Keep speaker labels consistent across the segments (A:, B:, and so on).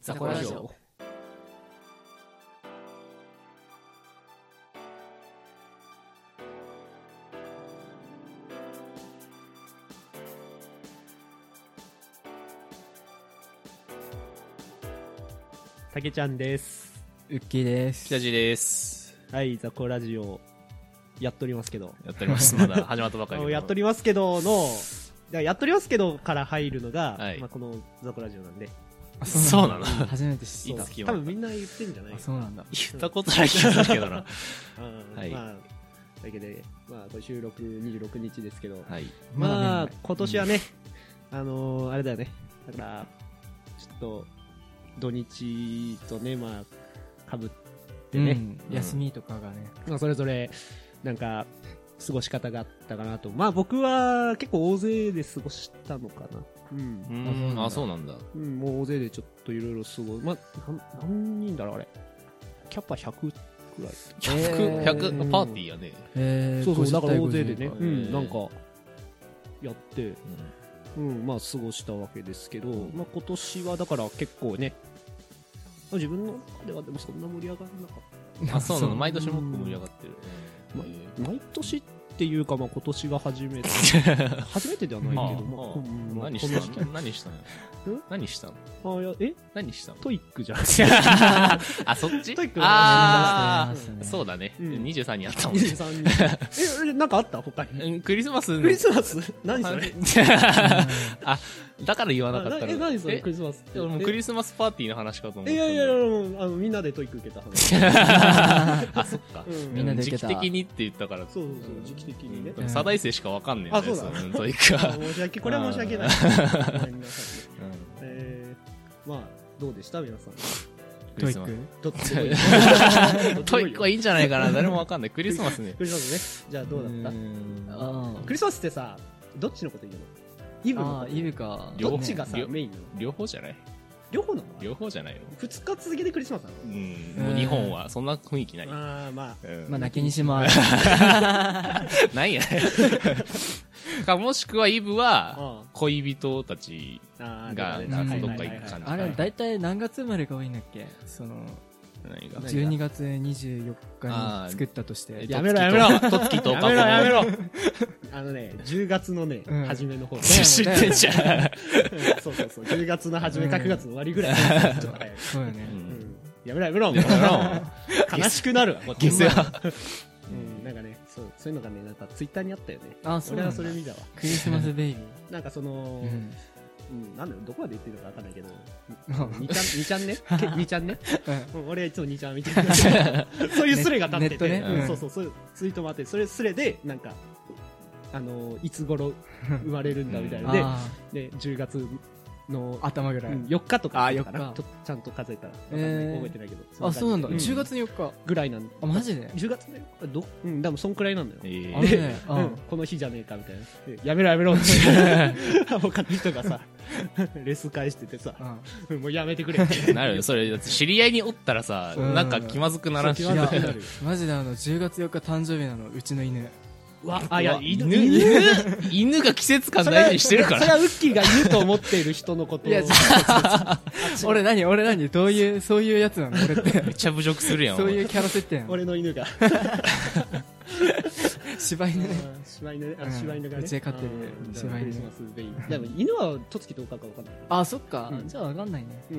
A: ザコラジオ。
B: たけちゃんです。
C: ウッキーです。
A: 北地です。
B: はい、ザコラジオ、やっとりますけど。
A: やっておりま す。まだ始まったばかり
B: あ
A: で
B: のやっとりますけどの、だからやっとりますけどから入るのが、
A: はい
B: まあ、このザコラジオなんで、
C: あ
A: そうなの
C: 初めて知
A: い
C: った
A: つ。聞い
B: 多
A: た
B: 分みんな言ってんじゃない
C: あ、そうなんだ。
A: 言ったことない気がするけ どな。
B: うん
A: はい
B: まあ、だけで、まあ、これ収録26日ですけど、
A: はい。
B: まあ
C: だ、
B: 今年はね、あのーあれだよね。だから、ちょっと、土日とね、まあ、かぶって
C: 年内、
B: ね、
C: うん休みとかがね。
B: まあ、それぞれ、なんか、過ごし方があったかなと。まあ、僕は結構大勢で過ごしたのかな。うん。
A: うん、あ、
C: あ
A: そ
C: そうう
A: なんだ。
B: うん、もう大勢でちょっといろいろ過ごまあ、なん何人だろう、あれ。キャパ100くらい。
A: 100、
C: えー
A: 100、パーティーやね。
C: えー、
B: そうそう、だ
C: 50
B: から
C: 対
B: 大勢でね、
C: 50
B: う
C: か
B: ん、なんか、やって、うん、まあ、過ごしたわけですけど、まあ、今年はだから結構ね、まあ自分の中ではでもそんな盛り上がらなかった。
A: あ、そうなの。毎
B: 年
A: 年も
B: も
A: っ
B: っと盛
A: と盛り
B: り上
A: 上が
B: が
A: ってる。
B: ま毎年っていうか、まあ、今年が初 めて初めてではないけど、まあ
A: ああ
B: うんまあ
A: 何
B: こ
A: し
B: の時期
A: たの何したの何したの
B: あいやえ
A: 何したの
B: トイックじゃん
A: あ、そっち
B: トイックの話
A: あ
C: ありました
A: ー、
C: ね
A: そうだね。
B: うん
A: 23にあったもんね。
B: 23日ええなんかあった他に
A: うんクリスマスの。
B: クリスマス何それ
A: あ、だから言わなかった
B: あ
A: の。
B: え何それクリスマス
A: いや俺もうクリスマスパーティーの話かと思った
B: え
A: ん
B: い
A: だ
B: や
A: けど
B: いやいやもうあのみんなでトイック受けた話
A: あそっか、
B: うん
C: みんなで
A: 時
C: 受
A: 期
C: けた
A: 的にって言ったから
B: そうそうそう時期的にね
A: でもサダイ生しかわかんねえんだよ
B: あそうだ
A: のトイック
B: あ
A: は
B: 申し訳これは申し訳ないごめんなさいね
A: うん
B: えーまあどうでした皆さん
C: トイック
B: どっち でもいい
A: トイックはいいんじゃないかな誰もわかんないクリスマスね
B: クリスマスねじゃあどうだった
A: た
C: あ
B: クリスマスってさどっちのこと言うのイブのこ
C: ーあ
B: と
C: ー、イブか。
A: 両
B: ど
A: 方
B: っちがさ
A: 両
B: メインなの
A: 両方じゃない
B: 両方なの
A: 両方じゃないよ
B: 2日続けてクリスマスなの
A: うんもう日本はそんな雰囲気ない、
B: ああまあ
A: うん
C: まあ、泣きにしまう。
A: ないやねかもしくはイブは
B: あ
A: 恋人たち
B: あ
A: が
B: 出
C: な
B: た
C: ん
B: 出
C: か
B: た
A: どっか
B: はいはいは
A: 行く
B: い
A: 感じ
C: あれ、だいたい何月生まれが多いんだっけその、
A: 何
B: 何
A: が
B: が
C: 12月24日に作ったとして。
B: やめろやめろ
A: とつきとパコの
B: やめろやめろあのね10月のね
C: うん
B: 初めの方そ
A: 知ってんじゃん
B: うそうそう10月の初めか9月の終わり ぐらいちょっと早い
C: そうよね
A: う。
B: うんんやめろやめろもう
A: やめろ
B: 悲しくなるわ
A: 下世話
B: うんなんかねそうそういうのがねなんかツイッターにあったよね
C: あ、そう
B: 俺
C: な
B: は
C: ん
B: そ
C: だ
B: れ。見たわ
C: クリスマスベイビー。
B: なんかその
C: うん
B: うんなんだろうどこまで言ってるのかわかんないけど
C: ま あ
B: 2ちゃん2ちゃんねけ2ちゃんね
C: うん
B: うん俺はいつも2ちゃんみたいな そういうスレが立ってて、
C: ネット
A: ね
B: うん
A: うん
B: そうそうそういうツイートもあってそれスレでなんかあのーいつ頃生まれるんだみたいなの
C: あ
B: で,、で10月の
C: ー、頭ぐらい。
B: 4日とか
C: あ
B: だったかな
C: 4日
B: とちゃんと数えたらわかんない
C: えー
B: 覚えてないけど
C: あ、そうなんだ。
B: 感じ
C: 10月4日。
B: ぐらいなん
C: あ、マジで
B: 10月ねあどうんでもそんくらいなんだよ、
A: え
C: あの
A: ー
C: ね、う
B: うんん、この日じゃねえかみたいなでやめろやめろって 他の人がさレス返しててさ
C: うん
B: うんもうやめてくれって
A: なるよそれだって知り合いにおったらさ
C: うん
A: なんか気まずくならんし
B: そう気まずくなるよ
C: マジであの10月4日誕生日なのうちの犬
B: わあいや犬
A: 犬
B: 犬
A: 犬が季節感大事にしてるか
B: それ
A: ら
B: はウッキーが犬と思っている人のことを。
C: いや違う俺何俺何どういうそういうやつなの俺って
A: めっちゃ侮辱するやん
C: そういう
A: う
C: キャラ設定な の
B: 俺の犬が。
C: 柴犬ね
B: 柴犬ね。
C: う
B: あ、
C: ん
B: 柴犬がね。
C: うちで飼ってる
B: うん
C: 柴犬
B: クリスマスベイビーでも犬はとつきとおかかわかんない。
C: あそっか、
B: うん
C: じゃあ分かんないね
B: うん。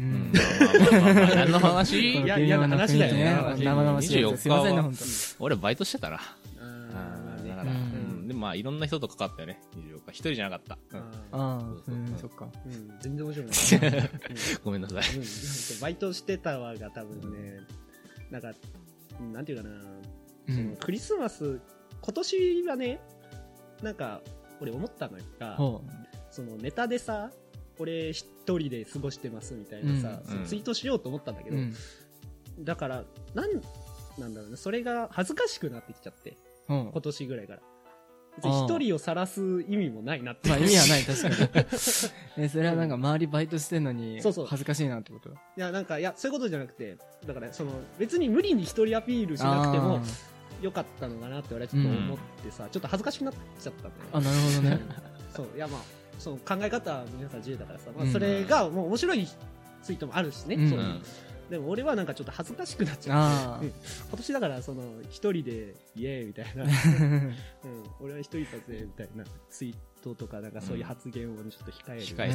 C: うんん
A: まあまあまあまあ何 の
C: こ
A: 話
C: の
B: いや
C: 微妙
B: 嫌な話だよ
C: 雰囲気ね
B: 嫌な話
C: 生々しいや
A: 24
C: つすいませんね
A: は
C: 本
A: 俺バイトしてたら
B: あーま
A: だか
B: あ
A: ら
B: ね
C: う
A: うんんでまあいろんな人と関わったよね24日一人じゃなかったうん
B: あ
C: あ
A: そうそ
C: あう
A: う
C: んそっか
B: ーうん全然面白くない。
A: ごめんなさい
B: うんバイトしてたわが多分ね、なんか、うんなんていうかな、
C: う
B: その
C: ん
B: クリスマス、今年はね、なんか、俺思ったのが、
C: ほ
B: そのネタでさ、俺一人で過ごしてますみたいなさ、
A: うんうん
B: ツイートしようと思ったんだけ
C: うう
B: ど、
C: ん
B: だから、なん、なんだろうね、それが恥ずかしくなってきちゃって、
C: ほ
B: 今年ぐらいから。別
C: あ
B: に
C: ー
B: 一人を晒す意味もないなっ
C: う
B: て。。
C: まあ意味はないい確 かにえそれはなんか周りバイトしてんのに
B: そうそう
C: 恥ずかしいなってこと
B: いや、なんか、いや、そういうことじゃなくて、だから、その、別に無理に一人アピールしなくても
C: あー
B: よかったのかなって俺はちょっと思ってさ、ちょっと恥ずかしくなっちゃったんだよね。
C: あなるほどね
B: そう、いや、まあ、その考え方は皆さん自由だからさ、まあ
C: うん
B: それがもう面白いツイートもあるしね、
C: うん
B: そううんでも俺はなんかちょっと恥ずかしくなっちゃう
C: あー
B: 今年だからその一人でイエーイみたい な、うん、俺は一人だぜみたいなツイートとかなんかそういう発言をちょっと控える、
A: 控え
B: よ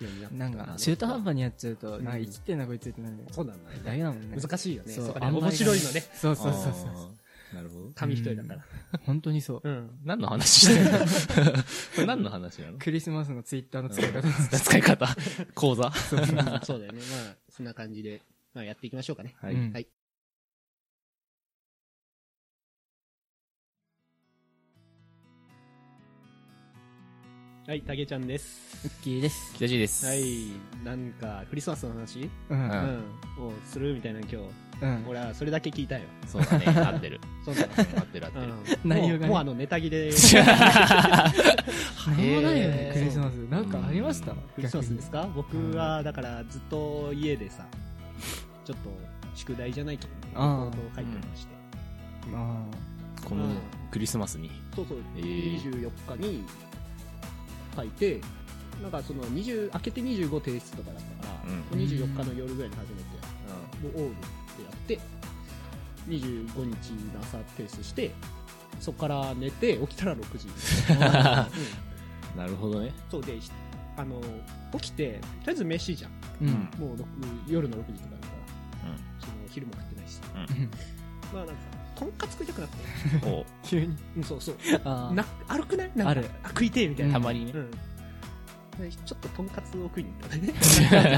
B: うになった
C: なんか中途半
B: に
C: 端にやっちゃうとなんか
B: うん
C: 生きてんなこいつってなるんだよ
B: そうなんだよね
C: ダメだもんね
B: 難しいよね
C: そ
B: そうこね
C: あんまり
B: 面白いのね
C: そうそうそうそう
A: あーなるほど
B: 紙一重だから
C: 本当にそう
B: うん、
A: 何の話してるのこれ何の話なの
C: クリスマスのツイッターの使い方
A: 使い方講座
B: そうだよねまあそんな感じで、まあ、やっていきましょうかね
A: は
C: う
A: い
C: ん
B: はいはいタゲちゃんです
C: ウッキーです
A: 北地です
B: はいなんかクリスマスの話、
C: うん
B: う
A: うんん
B: をするみたいな今日
C: うん
B: 俺はそれだけ聞いたよ
A: そうだね合ってる
B: そう だ
A: 合ってる合って る
C: 内容がね
B: もうもうあのネタ切 れ
C: 何もないよ
B: へ
C: ね
B: ー
C: クリスマスなんかありました
B: クリスマスです
C: か
B: か僕はだからずっと家でさちょっと宿題じゃないけどねレポ
C: あー
B: ートを書いてまして、
C: あ
A: このクリスマスに
B: そうそう、
A: えー
B: 24日に書いてなんかその20明けて25提出とかだったから、
A: う
B: 24日の夜ぐらいに初めてもうオールってやって25日の朝提出してそこから寝て起きたら6時、うん
A: なるほどね
B: そうでひあの起きてとりあえず飯じゃん
C: ーうん
B: もうろく夜の6時とかだからその昼も食ってないしまあなんかとんかつ食いたくなって
A: うんお
C: 急に
B: うんそうそう
C: あ
B: なあるくないなんか
C: ある
B: 食いてえみたいな
A: たまにね
B: うんでちょっととんかつを食いに行ったね、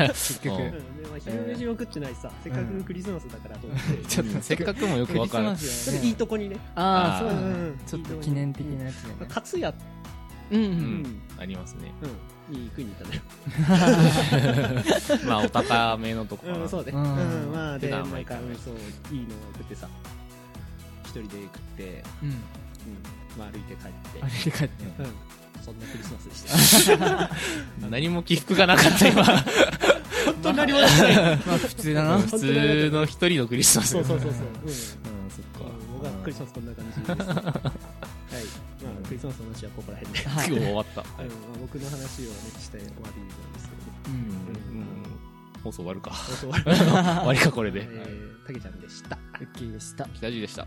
C: 結
A: う
C: 局
A: ん
B: うんでまあ、昼飯も食ってないしさ、せっかくのクリスマスだからと思って、ち
C: ちょっと
A: せっかくもよ
C: ク
A: く
C: リ
A: わ
C: ス
A: から
C: マ
A: ん
C: ス
B: ょっ
C: だよ
B: といい
C: ね
B: とこにね、
C: ああそう
A: う
C: だ
A: ん
C: ねちょっと記念的なやつだよね
B: 勝谷、
C: うんう
A: うんんありますね
B: うん、に食いに行ったんだよ、
A: まあお高めのとこか
B: う、
A: な ん
B: そうね、う
C: うんん
B: まあ、で、
A: 普段は
B: 毎回、そう、いいのを食ってさ、一人で食って、
C: うん
B: うんまあ、歩いて帰って、
C: あれかって
B: うん、そんなクリスマスでした。
A: 何も起伏がなかった今
B: 本当に何もしてない。
C: まあ普通だな
A: 普通の一人のクリスマス
B: そうそうそうそう。
A: うんそっか
B: うん、僕はクリスマスこんな感じです。はい。まあ、クリスマスの話はここら辺で。
A: 今日終わった
B: うんまあ、僕の話をね、して終わりなんですけど。
C: うん
A: うん放送終わるか
B: 放送終わりました。
A: 終わりかこれ
B: え
A: で
B: ー、たけちゃんでした。
C: ウッキーでした
A: 北地でした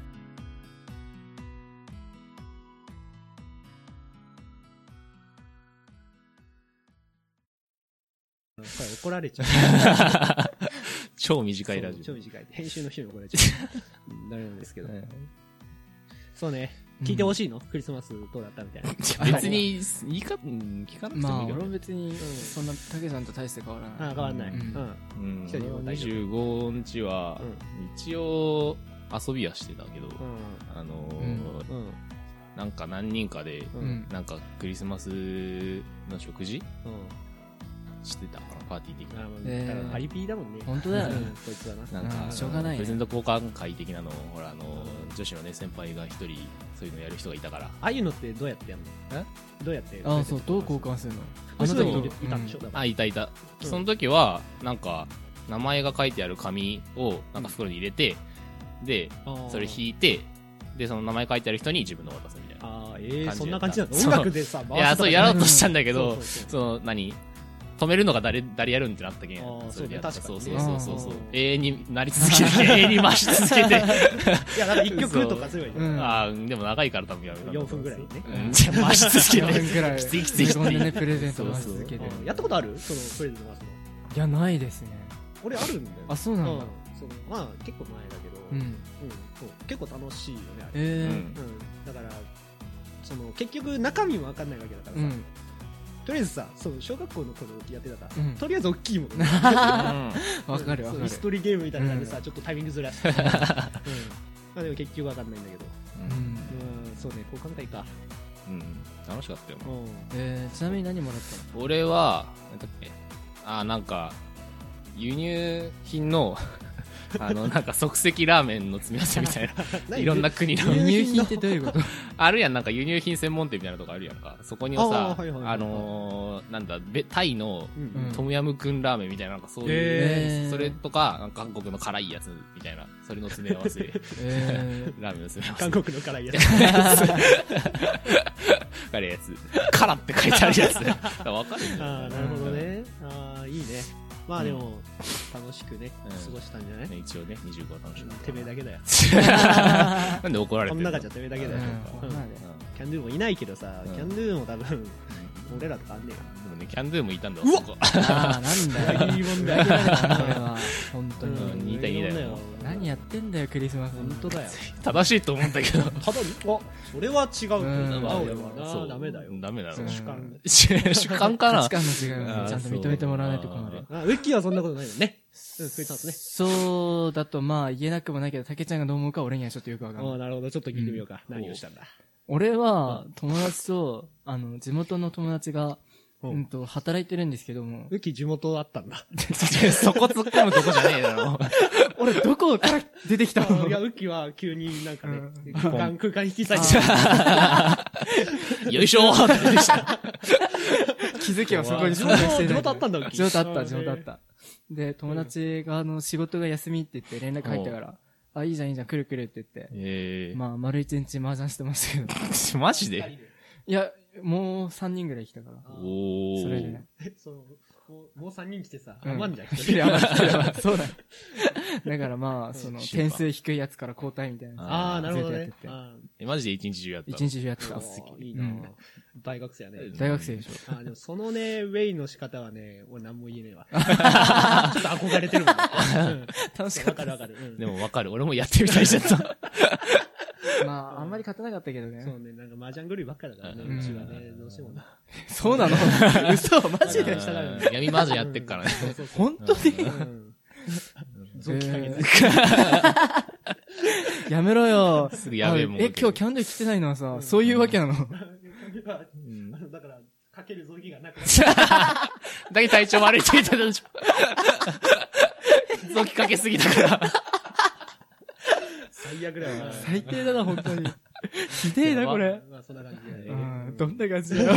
B: これ怒られちゃう。
A: 超短いラジ
B: そう超
A: オ
B: 短い。編集の人に怒られちゃう。うんダメなんですけど。そうね。聞いてほしいの、クリスマスどうだったみたいな。
A: いや別にいいかうん聞かなくて
C: まあ
A: もいい
C: 俺
A: よ
C: も
A: ね
C: 別にそんなたけさんと大して変わら
B: あ
C: な
B: あ、
C: い
B: 変わんない。う。
C: うんん
A: うん
B: 北地は大丈夫
A: 25日は一応遊びはしてたけど
B: う
A: あのー
B: ん。うん。
A: なんか何人かで
B: うん。う
C: うんん。
A: なんかクリスマスの食事してたからパーティー的
B: あ
A: な
B: あ、もう、
C: えー
B: だからパリピだもんね。
C: 本当だよ
B: うん
C: ね
B: こいつはな。
A: なんか、
C: うんしょうがないね
A: プレゼント交換会的なのをほらあの女子のね先輩が一人そういうのやる人がいたから
B: ああいうのってどうやってやんの
A: え
B: どうやって
C: ああそうどう交換するの
B: あ
A: あ
B: の
A: の
B: 時
A: 時
B: に
A: に
B: いたんでしょ、だから
A: あいたいた
B: うん
A: その時はなんか名前が書いてある紙をなんか袋に入れて、でそれ引いてでその名前書いてある人に自分の渡すみたいな
B: ああええ
A: 感
B: そ
A: じだった
B: んな感じなの音
A: そう
B: 楽でさ
A: いやそうやろうとしたんだ
B: け
A: けどその何止めるのが誰誰やるんってなったけん
B: あー
A: れでやった
B: そ
A: そうう
B: ね
A: そ
B: 確
A: う
B: かに
A: そ
B: ね
A: うそうそう
B: うん
A: 永遠になり続けて永遠に回し続けて
B: いやなんか一曲とかすごいね
C: うん
A: あーでも長いから多分やめたんだと
B: 4
A: 思
B: 分
A: う
B: ぐらいね
A: うんじゃあ回し続け
C: 4
A: て
C: 分くらい
A: きついきついきつい
C: 無言でねプレゼント回し続ける
B: うんやったことあるそのプレゼント回すの
C: いやないですね
B: 俺あるんだよ
C: あそうなんだ
B: うんそのまあ結構前だけど
C: う
B: うん
C: ん
B: そう結構楽しいよねあれ
A: う
C: ええ
A: ん
B: うんだからその結局中身も分かんないわけだから
C: う
B: さ
C: ん
B: とりあえずさそう小学校の頃やってたから
C: うん
B: とりあえず大きいもの
C: わかるわ
B: そう
C: かる
B: 椅子取りゲームみたいな感じでさ、
C: う
B: ちょっとタイミングずらして、うんまあ、でも結局わかんないんだけど
C: うん
B: うんそうね交換会か
A: うんうん楽しかったよ
B: うん
C: えーちなみに何もらっ
A: 俺はなんだっけあーなんか輸入品のあのなんか即席ラーメンの詰め合わせみたいな いろんな国
C: た
A: の
C: の
B: 輸
C: 輸
B: 入
C: 入
B: 品の
C: 品ってどういうこと
A: あるやんなんか輸入品専門店みたいなとこあるやんかそこに
B: あ
A: さ
B: ー
A: あ
B: はいはいはい
A: のーなんだべタイの
B: うん
C: うん
A: トムヤムクンラーメンみたいななんかそういう、
B: へ
C: ー
A: それとかなんか韓国の辛いやつみたいなそれの詰め合 わせ
C: え
A: ラーメンの詰め合わせ
B: 韓国の辛いやつ
A: かるやつ。カラって書いてあるやつ。 だからわかるんだ
B: あ
A: よ
B: あ、なるほど。ね。ああ、いいね。まあでも、楽しくね、
A: うん
B: 過ごしたんじゃない、
A: ね一応ね、25は楽しみ。
B: てめえだけだよ。
A: なんで怒られ
B: こ
A: て
B: ん
A: るの
B: 中じゃてめえだけだよ。
C: う
B: うんん
C: まあね
A: うん
B: キャンドゥもいないけどさ、
A: うん
B: キャンドゥも多分、俺らとかあんね
A: でもね、キャンドゥもいたんだわ、そこ。
C: あーなんだよ。いい問題だな、これは。本
B: え
C: 当
B: よ。
C: に。
A: うん二対二だよ
C: 何
B: や
C: やってんだよ、クリスマスに。
B: 本当だよ。
A: 正しいと思うんだけど。
B: ただに、あそれは違うと
C: う
B: 思
C: ん
B: う。青
A: で
B: 山
A: も
B: は
A: そ
B: な、
A: う
B: ダメだよ。
A: ダメだろ
C: うん。
B: 主観。
A: 主観 かな
C: 価値観の違いをね
A: あー
C: ちゃんと認めてもらわないと困る。
B: あウッキーはそんなことないのね。うん、クリスマスね。
C: そうだとまあ言えなくもないけど、竹ちゃんがどう思うかは俺にはちょっとよくわかん
B: あ
C: な
B: あ、
C: い。
B: なるほど。ちょっと聞いてみようか。
A: うん
B: 何をしたんだ。
C: 俺は友達と、あの、地元の友達が、
B: うん
C: うんと、働いてるんですけども
B: ウ、ッキー地元あった んだ。
A: そこ突っ込むとこじゃねえ だろ。
C: 俺どこから出てきた の
B: いや、ウッキーは急になんかね
C: う、
B: 空間、空間引き裂いて
A: よいしょーって出てきた。
C: 気づきはそこに
B: 地
C: 存
B: 元
C: 在してない。
B: 地元あったんだ、ウッキー
C: 地元あった、地元あっ。た。で、友達が、あの、仕事が休みって言って連絡入ったから、あ、いいじゃん、いいじゃん、来る来るって言って。
A: ええ。
C: まあ、丸一日麻雀してましたけど。
A: マジで
C: いや、もう3人ぐらい来たから。
B: あー
A: お
C: それで
A: ー
C: ね。
B: えそう、もう、もう3人来てさ、
C: うん
B: 余んじゃん。
C: 一人余ってるわそうだ。だからまあ、その、
A: 一緒か
C: 点数低いやつから交代みたいな。
B: ああ、なるほど
C: 全部やっ
B: ね
C: てて。
B: あ
A: えマジで一日中やったの。
C: 一日中やって
B: ー
C: た
B: あ。ーいいな
C: うん
B: 大学生やね。
C: 大学生でしょ。
B: あーでもそのね、ウェイの仕方はね、俺何も言えねえわ。ちょっと憧れてるもん。うん
C: 楽しか
B: わ
C: っ
B: かるわ
C: たで
B: かる。うん
A: でもわかる。俺もやって みたいじゃった。
C: す。まあ、あんまり勝てなかったけど
B: そ
C: ね。
B: うね、なんか麻雀狂いばっかだからね、
A: うん
B: うちはね、どうしてもな。
C: そうなの嘘マジで
B: したがる
A: うん闇マージャンやってっ からね。
B: そうそうそう。
C: 本当に
B: うん臓器加減だ
C: えーやめろよ。
A: すぐやべえもん。
C: あえ、今日キャンドル来てないのはさ、そういうわけなの
A: うん
B: あのだから、かける臓器がなくなっ
A: だけ体調悪いって言ってたでし ょ。臓器かけすぎたから。
B: 最悪だよな。
C: 最低だな、本当に。ひでえな、これ。
B: まあ、そんな感じだね。
C: うん
B: う
C: どんな感じだよ。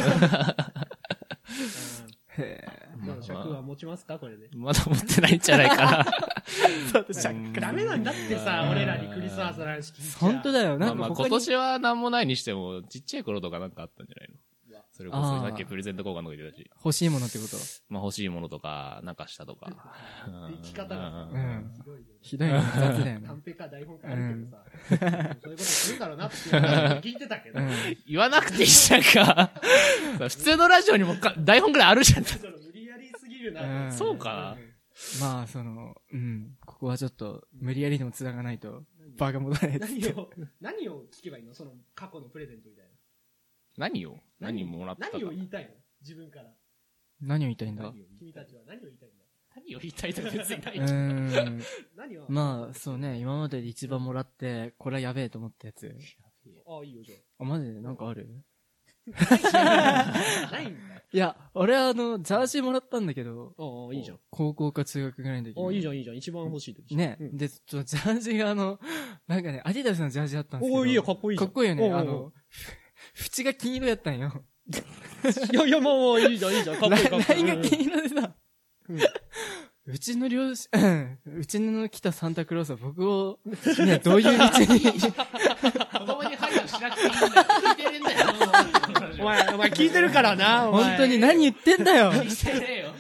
C: へ
B: うんでも尺は持ちますかこれで。
A: まだ持ってないんじゃないかな。
B: 尺ダメなんだってさ、俺らにクリスマスの話聞い
C: え
B: ちゃ
C: 本当だ
B: よ。
C: よ。
A: ま
C: な
A: あ
C: ん
A: ま
C: か
A: あ
C: 他
A: 今
C: に
A: 年は何もないにしても、ちっちゃい頃とかなんかあったんじゃないのそれこ
C: あ
A: そ
C: ー
A: さっきプレゼント交換とか言ってたし、
C: 欲しいものってこと。
A: まあ欲しいものとか、なんかしたとか。
B: 生き方が
C: う
A: うん
C: ん。
B: ひどいよね
C: ひどいな、雑だよね
B: カ。ンペか台本かあるけどさ、そういうことするんだろうなっていうのは聞いてたけど、
A: 言わなくていいじゃんか。 普通のラジオにもか台本ぐらいあるじゃん。
B: その無理やりすぎるなと
C: うん
A: そうか
C: まあ、その、うん。ここはちょっと、無理やりでも繋がないと、バカ戻らない
B: 何を、何を聞けばいいのその過去のプレゼントみたい
A: 何を
B: な。
A: 何もらったか
B: 何を言いたいの自分から。
C: 何を言いたいんだ
A: 何
C: う
A: を
B: 君たちは何を言いたいんだ
A: 何を言いたいとか別にない。
C: ーん。
B: 何を。
C: まあ、そうね、今までで一番もらって、これはやべえと思ったやつ。
B: ああ、いいよ、じゃ
C: あ、マジでなんかある
B: あ。ないんだ。
C: いや、俺はあの、ジャージもらったんだけど、
B: ああ、いいじゃん。
C: 高校か中学ぐらいの時に。
B: ああ、いいじゃん、いいじゃん。一番欲しい時。
C: ね、
B: うん
C: で、ちょっとジャージがあの、なんかね、アディダスのジャージだったんですけど。
B: おお、いいよ、かっこいいじ
C: か
B: ゃん。
C: っこいいよ
B: お
C: ね。
B: うおう
C: あの、 縁が金色やったんよ。
B: いやいや、もういいじゃん、いいじゃん。かっこいい、かっこい
C: ライ
B: い。
C: ンが金色でさ、
B: うん
C: うちの両親、うちの来たサンタクロースは 僕を、ね、どういう道に、
A: 子供に配慮しなくていいんだよ。聞いてるんだ
B: お
A: よ。
B: 前、お前聞いてるからな、お前
C: 本当に何言ってんだよ。
A: してねえよ。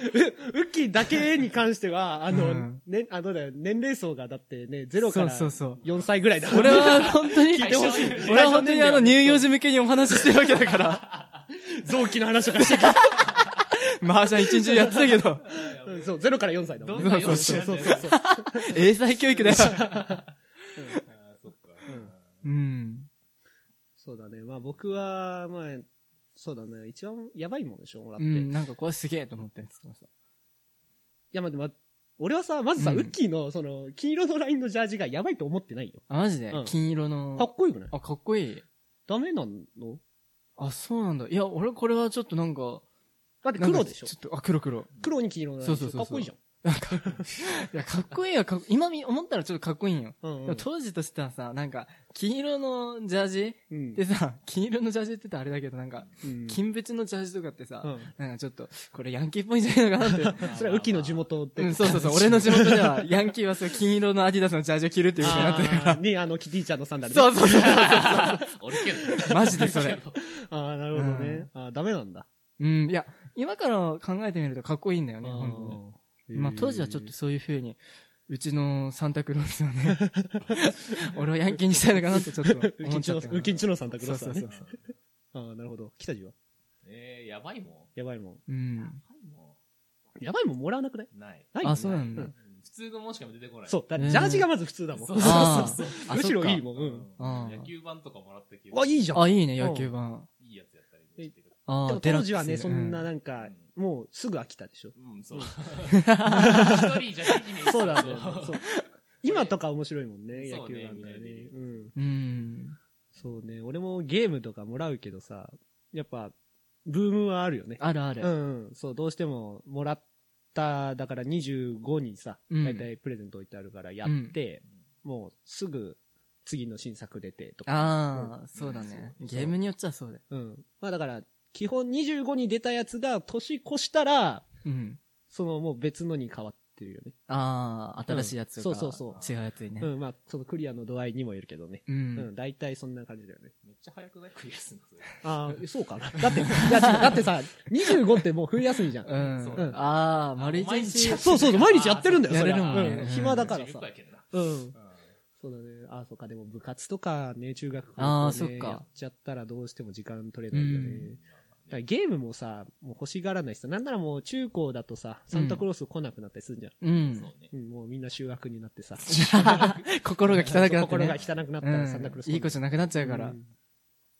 B: ウッキーだけに関しては、あの、
C: うん
B: ね、あのだよ、年齢層がだってね、0から
C: そうそう
B: 4歳ぐらいだ
C: 俺、は本当に、
B: 聞いてほしい
C: 俺は本当にあの乳幼児向けにお話ししてるわけだから、
B: 臓器の話とかしてた。
C: 麻雀一日中やってたけど、
B: うんそう、0から4歳だもん。
C: どんな幼
A: 稚園だよ
B: そうそうそうそう
C: 英才教育だよ。
B: うん
C: うん。
B: そうだね、まあ僕は、まあ、そうだね、一番やばいもんでしょ、もらっ
C: う
B: て。い
C: ん、なんかこれすげえと思ったやつとかさ。
B: や、まあ、でも、俺はさ、まずさ、
C: うん
B: ウッキーの、その、黄色のラインのジャージがやばいと思ってないよ。
C: あ、マジで、
B: うん
C: 金色
B: かっ
C: の。
B: こよくない
C: あ、かっこいい。
B: ダメなの
C: あ、そうなんだ。いや、俺これはちょっとなんか、
B: だって
C: なんか
B: 黒でしょ
C: ちょっと、あ、黒黒。
B: 黒に黄色のラインでしょ
C: そうそうそうそう
B: かっこいいじゃん。
C: なんか、いや、かっこいいよ、かっ今み思ったらちょっとかっこいいんよ。
B: うん
C: でも当時としてはさ、なんか、黄色のジャージ
B: うん
C: でさ、黄色のジャージって言ったらあれだけど、なんか、
B: うん
C: 金別のジャージとかってさ、
B: うん
C: なんかちょっと、これヤンキーっぽいんじゃないのかなって。
B: それはウキの地元 って。
C: うん、そうそうそう。俺の地元では、ヤンキーはそう金色のアディダスのジャージを着るっていうことになってるから。
B: あーに、あの、キティちゃんのサンダルね
C: そうそうそう。
A: 俺けど。
C: マジでそれ。
B: ああ、なるほどね。ああ、ダメなんだ。
C: うん、いや、今から考えてみるとかっこいいんだよね、
B: あー
C: 本当に。
B: へー
C: まあ当時はちょっとそういう風に、うちのサンタクロースを ね、俺をヤンキーにしたいのかなってちょっと
B: ウキ
C: 思っ
B: ンチ
C: ちゃ
B: の
C: った、
B: ウキンチのサンタクロ
C: そ
B: ー
C: う
B: スだ
C: そう
B: ね
C: そう。。
B: ああ、なるほど。来たじわ。
A: えー、やばいも
B: やばいもん。
C: うん
A: ん。や。ばいも
B: やばいもんもらわなくない
A: ん。ない。
B: ないよね
C: あ、そうなんだ
A: う。ん普通のもんしか出てこない。
B: そう。だって
C: うん
B: ジャージがまず普通だもん。そ
A: そ
B: うう
C: あー
B: そうそう。
C: あ
B: むしろいい
A: うん
B: もん。うん。
C: あー
A: 野球盤とかもらったけど。
B: わ、いいじゃん。
C: あ、いいね、野球盤。
A: いいやつやったりしてくれ
C: あ
B: で
C: あ
B: も
C: ー、デ
B: 当
C: ラックス
B: 時はね、そんな
C: う
B: なんか、もうすぐ飽きたでしょ。
A: うん、そう。一人じゃできねえ
B: そうだね。そう今とか面白いもんね、
A: そ
B: 野
A: うね
B: 球なんだよね
A: みんなで見る。
B: うん。
C: うん。
B: そうね。俺もゲームとかもらうけどさ、やっぱ、ブームはあるよね。
C: あるあ
B: う
C: る。
B: んうん。そう、どうしても、もらった、だから25にさ、
C: うん
B: 大体プレゼント置いてあるからやって、もうすぐ次の新作出てとか。
C: ああ、そうだね。
B: そう
C: ゲームによっちゃそうだよ。
B: うん。まあだから、基本25に出たやつが年越したら、
C: うん。
B: そのもう別のに変わってるよね。
C: ああ、新しいやつとか、
B: そうそう
C: 違うやつにね
B: う。ん、まあそのクリアの度合いにもよるけどね。
C: う。
B: うんん、大体そんな感じだよね。
A: めっちゃ早くないクリアするのそれ
B: あ あ、そうかな。だって、いや違うだってさ、25ってもう冬休みじゃん。
C: うん。
A: そう
B: うん
C: ああ、丸一
A: 毎日
C: 日
A: やっ。
B: そうそうそう、毎日やってるんだよ、
C: やれる
B: そりゃ
C: もんね
B: う
C: うんん
B: 暇だから
A: 自
B: さ
A: 由。やけどな
B: うん。
A: うん
B: そうだね。あ、そうか。でも部活とかね、中学校とか、ね、
C: あーそっか
B: やっちゃったらどうしても時間取れないよね。
C: うん
B: だからゲームもさ、もう欲しがらないしさ、なんならもう中高だとさ、サンタクロース来なくなったりするじゃん。
C: うん。
B: うん、もうみんな修学になってさ。
C: 心が汚くなって ね。
B: 心が汚くなったらサンタクロース
C: うんいい子じゃなくなっちゃうから
B: う。ん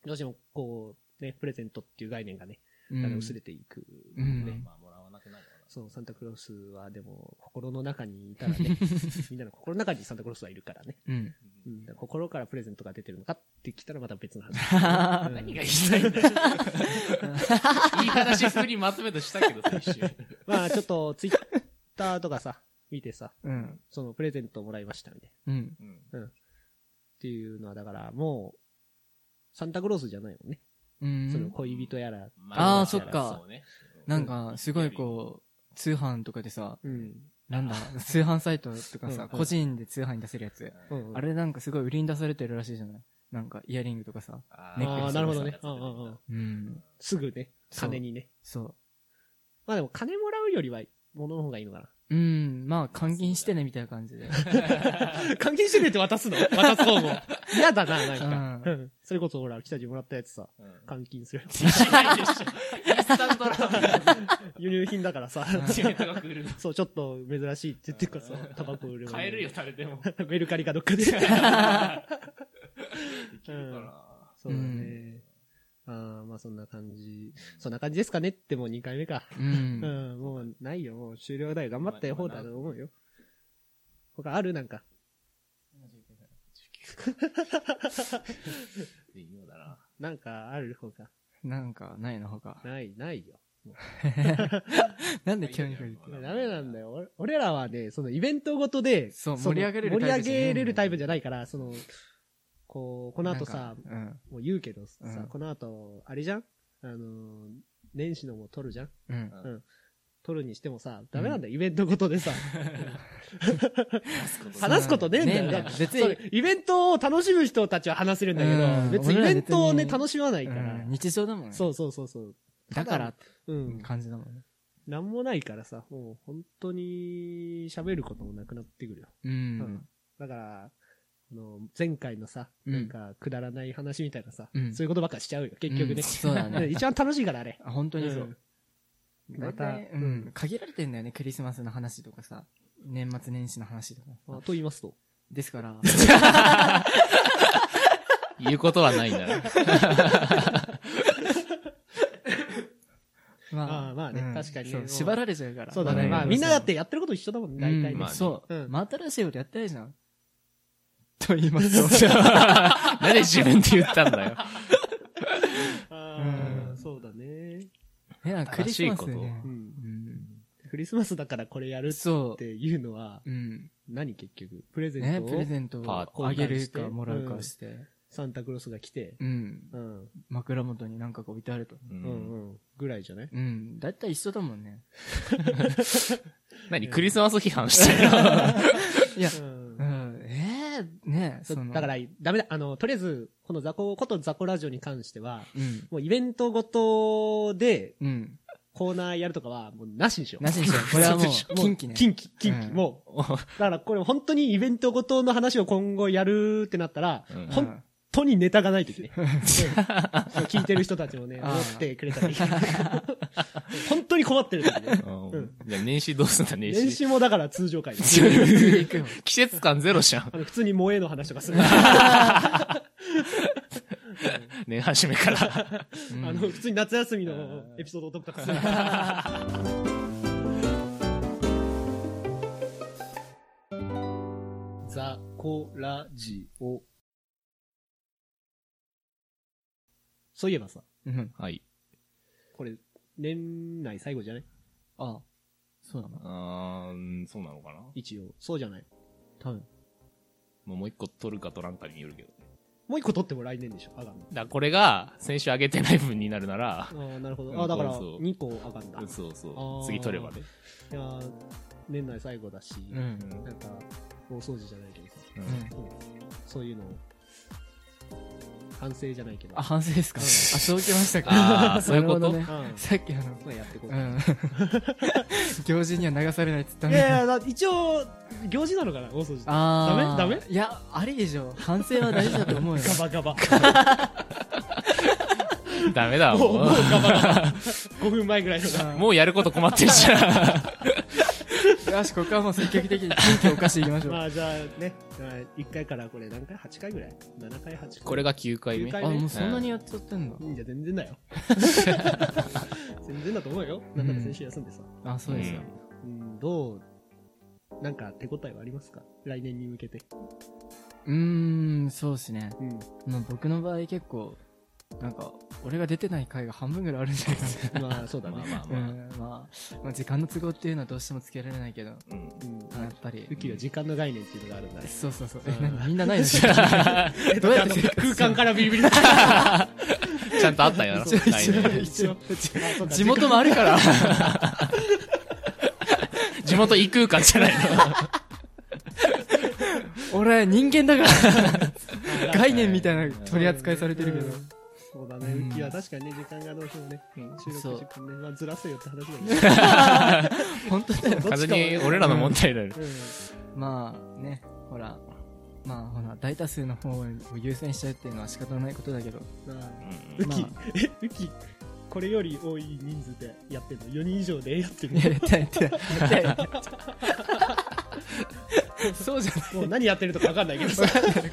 B: どうしてもこう、ね、プレゼントっていう概念がね、
C: うん
B: だんだん薄れていく。
C: う
A: うんん
B: ね
A: まあもらわなくなるわ
B: そう、サンタクロースはでも、心の中にいたらね、 みんなの心の中にサンタクロースはいるからね。
C: うん。
B: う
A: な。
B: ん、だから心からプレゼントが出てるのかってきたらまた別の話。 うん
A: 何が言いたいんだよ。言い方しふにまとめとしたけどさ、一瞬。
B: まあちょっと、ツイッターとかさ、見てさ、
C: うん。
B: そのプレゼントもらいましたみたいな。っ
C: うん。
A: うん
B: ていうのは、だからもう、サンタクロースじゃないもんね。
C: うん。
B: その恋人やら。
A: まあ
C: あーそっか
A: そうね
C: なんか、すごいこう、通販とかでさ、
B: うん。
C: なんだ、通販サイトとか
B: う
C: さ
B: ん、
C: 個人で通販に出せるやつ。
B: うん
C: あれなんかすごい売りに出されてるらしいじゃないなんか、イヤリングとかさ。
A: あ
C: ネックレスとか
A: ー
C: さ
A: なるほどね。
B: うんうんうん
C: うん。
B: すぐね、
C: そう
B: 金にね。
C: そ
B: まあでも金もらうよりは、物の方がいいのか
C: う。うん。まあ、換金してね、みたいな感じで。
B: な。換金してねって渡すの渡す方も。 嫌だな、なんか。う
C: う
B: んそれこそほら、北地もらったやつさ、
A: うん
B: 換金する。
A: しないでしょ。インスタントラー
B: 輸入品だからさ、
A: メン。チケットが来る
B: そう、ちょっと珍しいって言ってるからさ、タバコ売る
A: の。買えるよ、。誰でも。で
B: メルカリかどっ かで。
A: きるか
B: そうだね。ああ、まあそんな感じ。そんな感じですかねってもう2回目か。
C: う。
B: うんん、もうないよ。もう終了だよ。頑張ったよ、
A: ま
B: 方
A: あ
B: だと思うよ。他あるなんか。
A: な。微妙だな。
B: なんかある方か。
C: なんか、ないのほか。
B: ない、ないよ。
C: なんで急に振る
A: うん
B: ダメなんだよ。俺俺らはね、そのイベントごとで、
C: そう
B: その
C: 盛り上げれるタイ
B: 盛
C: プ
B: り
C: じゃない
B: 上げれるタイプじゃないから、その、こう、この後
C: な
B: さ
C: ん、かうん。
B: もう言うけどさ、
C: うん
B: この後、あれじゃんあのー、年始のも撮るじゃん
C: うん。
B: 撮るにしてもさ、ダメなんだよ、イベントごと でさ。
A: そう
B: 話すことねえんだよね
C: ねえ んだよ別に
B: それイベントを楽しむ人たちは話せるんだけど、
C: うん
B: 別にイベントをね、
C: 俺ら別に
B: 楽しまないうから。
C: ん日常だもんね。
B: そうそうそうそう。
C: だからって
B: うん。
C: 感じだもんね。
B: なんもないからさ、もう本当に喋ることもなくなってくるよ。
C: う
B: うん
C: ん。
B: だから、あの前回のさ、
C: うん
B: なんかくだらない話みたいなさ、
C: うん
B: そういうことばっかしちゃうよ、結局
C: う
B: ね
C: ん。そうだね
B: 一番楽しいから、あれ。
C: あ本当にそう。
B: うんま
C: ま
B: た、
C: た、うん。限られてんだよね、クリスマスの話とかさ、年末年始の話とか
B: あ
C: さ。
B: と言いますと。
C: ですから、
A: 言うことはないんだな。
B: あーまあね確かにね
C: そう
B: もう
C: 縛られちゃうから。
B: そうだね。
A: まあ
B: まあ、みんなだってやってること一緒だもんね、
C: う
B: 大
C: ん
B: 体ね
A: まあ。
C: そう
B: うん。
C: 真新しいことやってないじゃん。と言いますと。
A: なんで自分で言ったんだよ。
B: あー
C: うん
B: そうだね。
C: ね、なんかクリスマス
A: 新しいこと
C: ね
B: う。ん
C: うん
B: クリスマスだからこれやるっ
C: そ
B: ていうのは、
C: う。うん。
B: 何結局プレゼ
C: ね
B: ン、ト
C: プ
B: を
C: レゼント
A: パー
C: をあげるかもらうかして。
B: サンタクロースが来て、
C: うん。
B: うん、
C: 枕元になんかが置いてあると。
A: う
B: うんん、うん、ぐらいじゃない
C: うん。だいたい一緒だもんね。
A: 何クリスマス批判してる
C: いや、
B: うん
C: うん。ええ、ね
B: そ
C: そうの。
B: だから、ダメだ。あの、とりあえず、このザコ、ことザコラジオに関しては、
C: うん。
B: もうイベントごとで
C: うん。
B: コーナーやるとかは、もうなしにしよう。
C: なしにしよう。これは もう、近畿ね。
B: 近畿、近畿、
C: うん
B: もう。だからこれ本当にイベントごとの話を今後やるってなったら、
A: うん
B: 本
C: うん
B: 当にネタがないとき ね。うんそう聞いてる人たちも ね、
C: あ
B: 思
C: ー
B: ってくれたらいい。本当に困ってる時ね。
A: うんじゃあ年始どうすんだ年
B: 練
A: 始
B: 習もだから通 常会です。
C: 普通に行くよ。
A: 季節感ゼロじゃん
B: あの普通に萌えの話とかする。
A: 年始めから
C: うん
B: あの、普通に夏休みのエピソードとかする。 ザ・コラジオ。そういえばさ、
C: うん。
A: はい
B: これ、年内最後じゃない
C: あ、そうだな
A: う。ーんそうなのかな
B: 一応。そうじゃない。
C: 多分。
A: もうもう一個取るか取らんかによるけど
B: もう一個取っても来年でしょ、上がるの。
A: だからこれが先週上げてない分になるなら
B: ああ、なるほ
A: うん
B: ど。あだから、
A: そう
B: 2個上がるんだ。い
A: そうそ
B: あ
A: う
B: ー
A: 次取ればね
B: やー年内最後だし、
C: うん。
B: なんか、大掃除じゃないけどさ、
A: うん
B: そういうのを、反省じゃないけど。
C: あ、反省ですかあ、そうきましたか。
A: あーそういうこと
C: なるほど
B: うん
C: ね。さっきあの、
B: まあやってこう
C: う。ん。 行事には流されないって言った
B: い
C: のに。
B: やいやだ、一応、行事なのかな、大掃除って。ガ
C: あー
B: ダメダメ
C: いや、ありでしょ。反省は大事だと思うよ。
B: バガバ。
A: ダメだ
B: もう、もう
A: も
B: ガバガバ。5分前ぐらいのが。
A: うもうやること困ってるじ ゃん
C: よし、ここはもう積極的に近況おかしい きましょう。
B: まあじゃあね、1回からこれ何回 ?8 回ぐらい ?7 回、8回。
A: これが9回目
B: 9回
C: あ、もうそんなにやっちゃってんだ
B: い。いんじゃ全然だよ。全然だと思うよ。なんなら先週休んでさ。
C: あ、そうですよ。
B: うん、どう、なんか手応えはありますか来年に向けて。
C: うーん、そうですね。
B: うん。
C: まあ僕の場合結構、なんか、俺が出てない回が半分ぐらいあるんじゃないかな。
B: まあそうだ
A: まあ
B: ね。
A: まあ
C: う
A: まあ、
C: ん、まあ、まあ時間の都合っていうのはどうしてもつけられないけど、
A: うん
B: うん。
C: まあやっぱり
B: ウ。ッキーは時間の概念っていうのがあるんだね。
C: そうそうそう。
B: うん
C: え、何みんな ないの どうやって生活
B: 空
C: する
B: 間からビリビリ。
A: ちゃんとあったんやな
B: そう
A: 来 年
B: 一応。
C: 地元もあるから。
A: 地元異空間じゃない
C: 俺、人間だ から。概念みたいな
A: うん
C: 取り扱いされてるけど。
B: そうだね、ウッキーは確かにね、時間がどうしてもね、
A: の
B: 収
C: そう
B: 録時間ね、まあずらせよって話だよね。
C: 本当だよ。
B: どっ
A: 完
B: ち
A: 全
B: かは
A: に俺らの問題だよ
B: う
C: まあね、ほら、まあほら、大多数の方を優先しちゃうっていうのは仕方ないことだけど、
B: んまあ
A: うん
B: ウッキ
C: ま
B: ー、え、ウッキー、これより多い人数でやってるの ?4 人以上でやってる
C: い や、やってない、やってないやってない。そうじゃ
B: のもう何やってるとかわかんないけどさ。うん。
C: ない。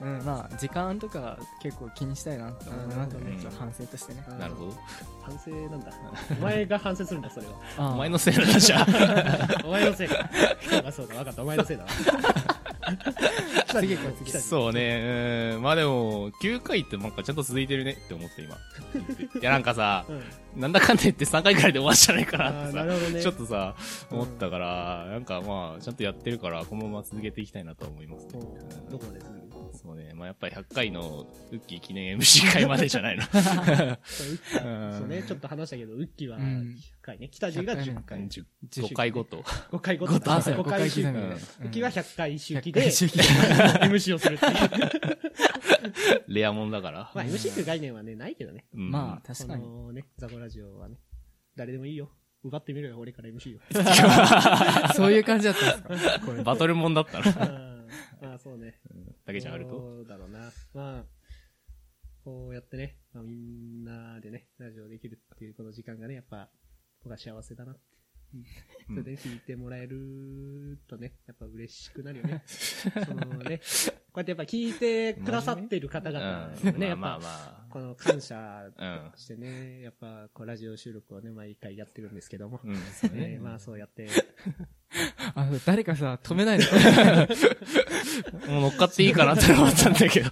C: うん、まあ、時間とか結構気にしたいなと思いますよ
A: う
C: ね
A: ん。
C: ちょっと反省としてね。
A: なるほど
B: 反省なんだ。お前が反省するんだ、それは。
C: お
A: お前のせいなんだじゃあ
B: お前のせいだ。そうだ、そうだ、わかった、お前のせいだわ。
C: 次か次か。
A: そうねうんまあでも9回ってなんかちゃんと続いてるねって思って今いやなんかさ
B: うん。
A: なんだかんだ言って3回ぐらいで終わっちゃないかな
B: あ
A: っ
B: ー
A: て
B: な
A: さ
B: るほどね。
A: ちょっとさ、思ったから、なんかまあ、ちゃんとやってるから、このまま続けていきたいなとは思いますね。
B: うん
A: うん
B: どこまでする
A: そうね。まあやっぱり100回のウッキー記念 MC 会までじゃないの。
B: そうウッキー
A: うん
B: そうね、ちょっと話したけど、ウッキーは
C: うん
B: 100回ね。北地が10
C: 100
B: 回。
A: 10 5回ごと。
B: 5回ごとだ。
C: あそう
B: 5回周期。
C: 五
B: ウ
C: 回刻みで
B: ッキーは100回周期
C: 100
B: で
C: 回、周期
B: MC をするっていう。
A: レアもんだから。
B: まあ MC っていう概念はね、ないけどね。
A: う ん
C: まあ、
B: そ
C: 確かに。
B: のね、ザコラジオはね、誰でもいいよ。奪ってみろよ、俺から MC を。
C: そういう感じだったんですかこ れ。
A: バトルもんだったら。
B: うんまあそうね。
A: だけじゃあ ると。
B: そうだろうな。まあ、こうやってね、まあ、みんなでね、ラジオできるっていうこの時間がね、やっぱ、僕は幸せだな。
A: う
B: そ
A: ん
B: れで聞いてもらえるとね、やっぱ嬉しくなるよ ね。そのね、こうやってやっぱ聞いてくださってる方
A: うん
B: 々にね、やっ
A: まあま
B: ぱ、
A: あ
B: この感謝
A: まあ。
B: してね、やっぱこうラジオ収録をね、毎回やってるんですけども
A: う。ん。うん、そう
B: ね
A: ね。
B: まあそうやって、
C: あの、誰かさ、止めないの
A: もう乗っかっていいかなって思ったんだけど。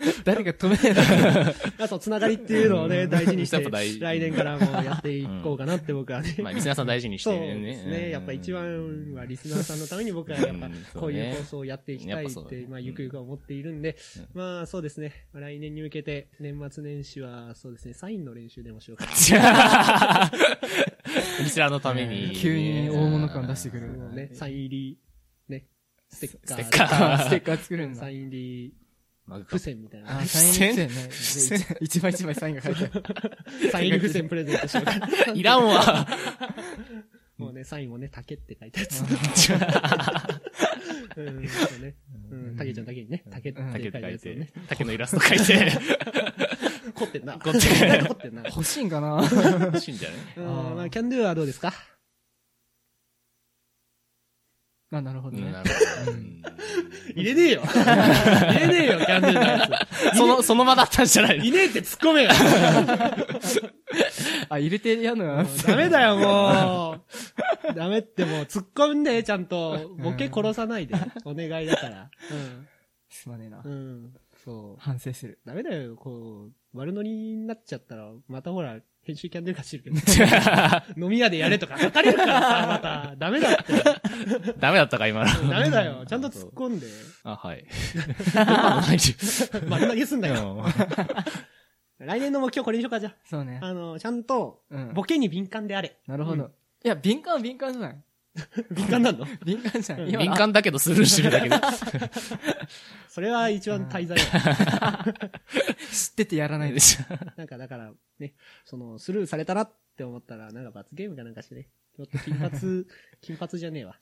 C: 誰か止めないの
B: あそう、つながりっていうのをね、大事にし、
A: やってぱ大
B: 来年からもうやっていこうかなって僕はね。
A: まあ、リスナーさん大事にし
B: そう
A: て
B: で
A: ね。
B: すね。やっぱ一
A: うん。
B: 番 はリスナーさんのために僕はやっぱ
A: うんそうね
B: こういう放送をやっていきたいっ
A: やっぱそうだ
B: て
A: ね、
B: まあゆくゆくは思っているんで、まあそうですね。まあ来年に向けて年末年始はそうですね、サインの練習でもしようかな。
A: リスナーのために。
C: 急に大物感出してくる
B: もうね、サイン入り、ね、ステッカー。
A: ステッカー
C: ステッカー作るんだ
B: サイン入り、
A: マグカ
B: 付
A: ップ。
B: 箋みたいな
C: あ。サイン
A: 付箋
C: 付箋ねで一一枚一枚サインが書いてある
B: サイン入り付箋プレゼントしよう かな。
A: いらんわ。
B: もうね、サインもね、竹って書いたやつ。うん、そうね。うん、竹ちゃんだけにね、竹って書
A: 竹
B: い
A: ったて書
B: や
A: い
B: つをね
A: て。、竹のイラスト書いて、
B: 凝ってんな。
A: 凝ってる
B: 凝ってんな。
C: 欲しいんかな
A: 欲しいんじゃない
B: うん、まあ、キャンドゥはどうですか
C: まあなるほど
A: うん
C: ね
A: なるほどうん
B: 入れねえよ入れねえよ、キャンドゥのや
A: その、その場だったんじゃない
B: つ。
A: の
B: いねえって突っ込めよ
C: あ入れてやんのよ
B: ダメだよ、もう。ダメってもう、突っ込んで、ちゃんと。ボケ殺さないで。お願いだから。
C: すまねえな
B: うん。うん。そう。
C: 反省する
B: ダメだよ、こう、悪乗りになっちゃったら、またほら、編集キャンドゥが知るけど。 飲み屋でやれとか書かれるからさ、また。ダメだって。
A: ダメだったか、今の。
B: ダメだよ。ちゃんと突っ込んで。
A: あ、はい。今のないし
B: 丸投げすんだよ。
A: う
B: 来年の目標これにしようか、じゃ
C: そうね
B: あ。あの、ちゃんと、
C: うん
B: ボケに敏感であれ。
C: なるほ
B: う
C: どいや敏感は敏感じゃない
B: 敏感なの
C: 敏感じゃない
A: ん
C: 今
A: 敏感だけどスルーしてるだけで。
B: それは一番大罪だ。
C: 知っててやらない で
B: なんかだから、ね、その、スルーされたなって思ったら、なんか罰ゲームかなんかしてね。ちょっと金 髪、金髪じゃねえわ。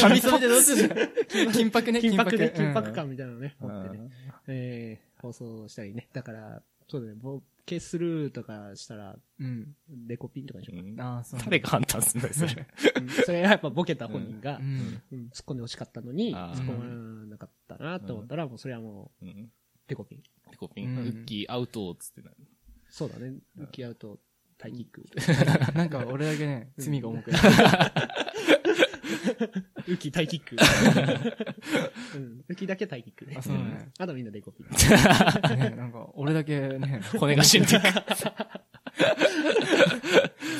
C: 髪染めてどうする金箔ね
B: 金箔で金箔
C: うん
B: 感みたいなのね、持ってね。えー、放送したりね。だから、そうだね、ボケスルーとかしたら、
C: うん
B: デコピンとかでしょ。
A: うん
C: ああそう
A: 誰が判断すんだよ、それ。
B: うんそれはやっぱボケた本人が
C: う、ん
B: うん突っ込んで欲しかったのに、
A: あー
B: 突っ込まなかったなと思ったら、もうそれはもう、
A: うん
B: デコピン。
A: ピコピン、
C: うん
A: ウッキー、アウトーっつってな
B: そうだね。浮き合うと、タイキック。
C: なんか俺だけね 罪が重く
B: 浮きタイキッ ク。うん浮きだけタイキックね
C: あそうだね
B: あとみんなデコピン。
C: ねなんか俺だけね
A: 骨が死んでいく。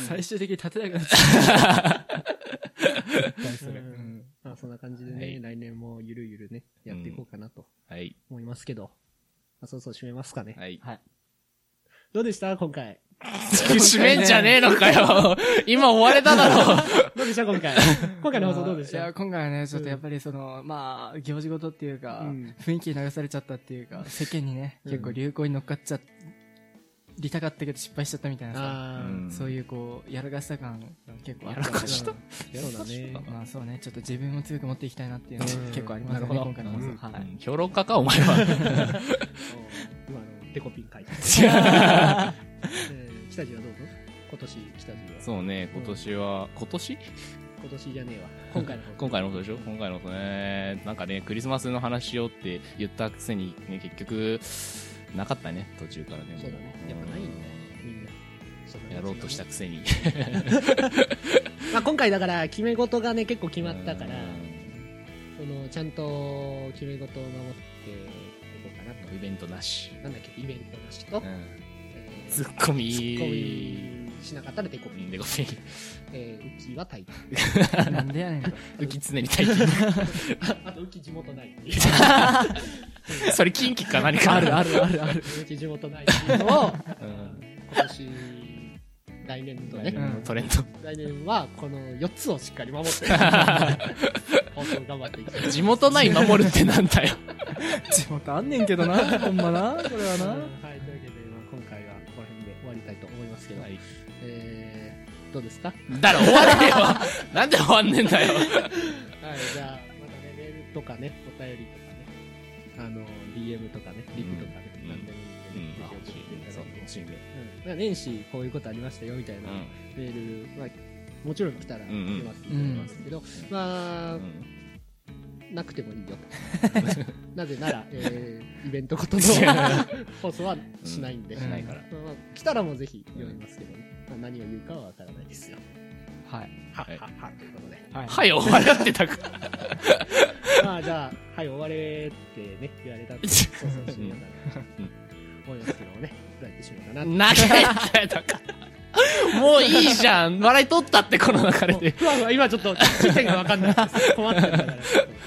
C: 最終的に立てなくなっちゃう大それうん
B: まあそんな感じで
A: は
B: ね、
A: い
B: 来年もゆるゆるね、やっていこうかなと
A: はい。
B: 思いますけど。あそうそう、締めますかね。
A: はい。
C: はい
B: どうでした今回。
A: 締めんじゃねえのか よ。今終われただろ。
B: どうでした今回。今回の放送どうでし
C: い
B: た
C: や、今回はね、ちょっとやっぱりその、まあ、行事事っていうか、
B: うん
C: 雰囲気に流されちゃったっていうか、世間にね、
B: うん
C: 結構流行に乗っかっちゃりたかったけど失敗しちゃったみたいなさ、
B: あ
A: う
B: ー
A: ん
C: そういうこう、やらかした感が結構あ
A: や
C: った
A: ら
C: んで
A: かし
B: そ
A: た
B: うだね。
C: まあそうね、ちょっと自分を強く持っていきたいなっていうのは
B: うん
C: 結構ありますよ
B: なる
C: ね、
B: ほど
C: 今回の放
B: うん
C: 送。は
A: う
C: い。
A: ん評論家か、お前は。
B: そう今のデコピン書いて。えー北地はどうぞ今年、北地は。
A: そうね、今年は、今年
B: 今年じゃねえわ。今回の放送。
A: 今回のことでしょ今回のことね。なんかね、クリスマスの話をって言ったくせに、ね、結局、なかったね、途中からね。
B: そうだね。やっぱないんだよ、みんな。そうだ
A: うん
B: ね
A: やろうとしたくせに。
B: まあ、今回だから決め事がね結構決まったから
A: うん
B: そのちゃんと決め事を守っていこうかなと
A: イベントなし。
B: なんだっけイベントなしと、
A: うん
B: えー
A: ツッコミ。
B: ツッコミしなかったらデコ
A: う
B: ピン、
A: んでごめん。
B: えー、ウキはタイプ
C: なんでやねんと。
A: 浮き常に待機。
B: あとウキ地元ない
A: それ近畿か何か
C: あるあるあるある。
B: ウキ地元ないっていうのを
A: うん
B: 今年来年と
A: 来
B: ね
A: 年のトレンド。
B: 来年はこの4つをしっかり守って 放送頑張っていきたい
A: 地元ない守るってなんだよ。
C: 地元あんねんけどな、ほんまな、これは
B: うんは
C: な。
B: い、というわけで、まあ、今回はこの辺で終わりたいと思いますけど、
A: はい
B: えー、どうですかはい、
A: だから終われよ。 なんで終わんね んだよ。
B: じゃあ、またね、メールとかね、お便りとかね、あの、DM とかね、リプとかね、
A: うん
B: 何でもいいんで、ね、ぜひ送っていただいて、
A: しいね。
B: うんまあ年始こういうことありましたよみたいなメール、まあ、もちろん来たら
A: んうん
B: 読ませていただきますけど、まあ、
A: うん。
B: なくてもい いよなぜなら、えーイベントご との放送はしないんで、
C: うん
A: しないから。
B: まあ来たらもうぜひ読みますけどね、まあ何を言うかはわからないですよ。
C: はい。
B: は
A: はい
B: ははということで。
C: は
A: はよ、終われってたか。
B: まあじゃあ、はい、終われってね、言われたんで、そうそうしようかな
A: うん。
B: 思いますけどね、どうやってしようかな。
A: 投げたいとか。もういいじゃん。笑い取ったって、この中
B: もう
A: で。
B: ふわふわ、 今ちょっと、地点がわかんない。困ってるか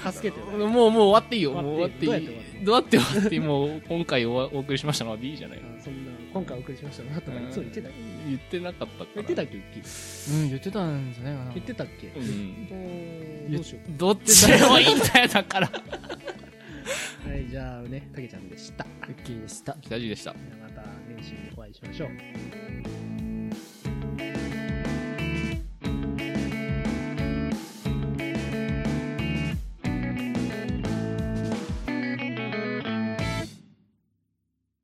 B: ら、助けてよ。
A: もう、もう終わっていいよ。もう終
B: 終
A: わ
B: わっ
A: っ
B: てて
A: い
B: いい
A: い。どうやって終わっていい。もう、今回おお送りしましたのは B じゃない
B: あそんな、今回お送りしましたなとか、そう言ってたっけ
A: 言ってなかったかな
B: 言ってたっけ、ウッキー
C: うん、言ってたんじゃないかな。
B: 言ってたっけ
A: うん。
B: もうどうしよ
A: どっちでもいいんだよ、だから。
B: う。はい、じゃあね、たけちゃんでした。
C: ウッキーでした。
A: 北地でした。
B: また、年始にお会いしましょう。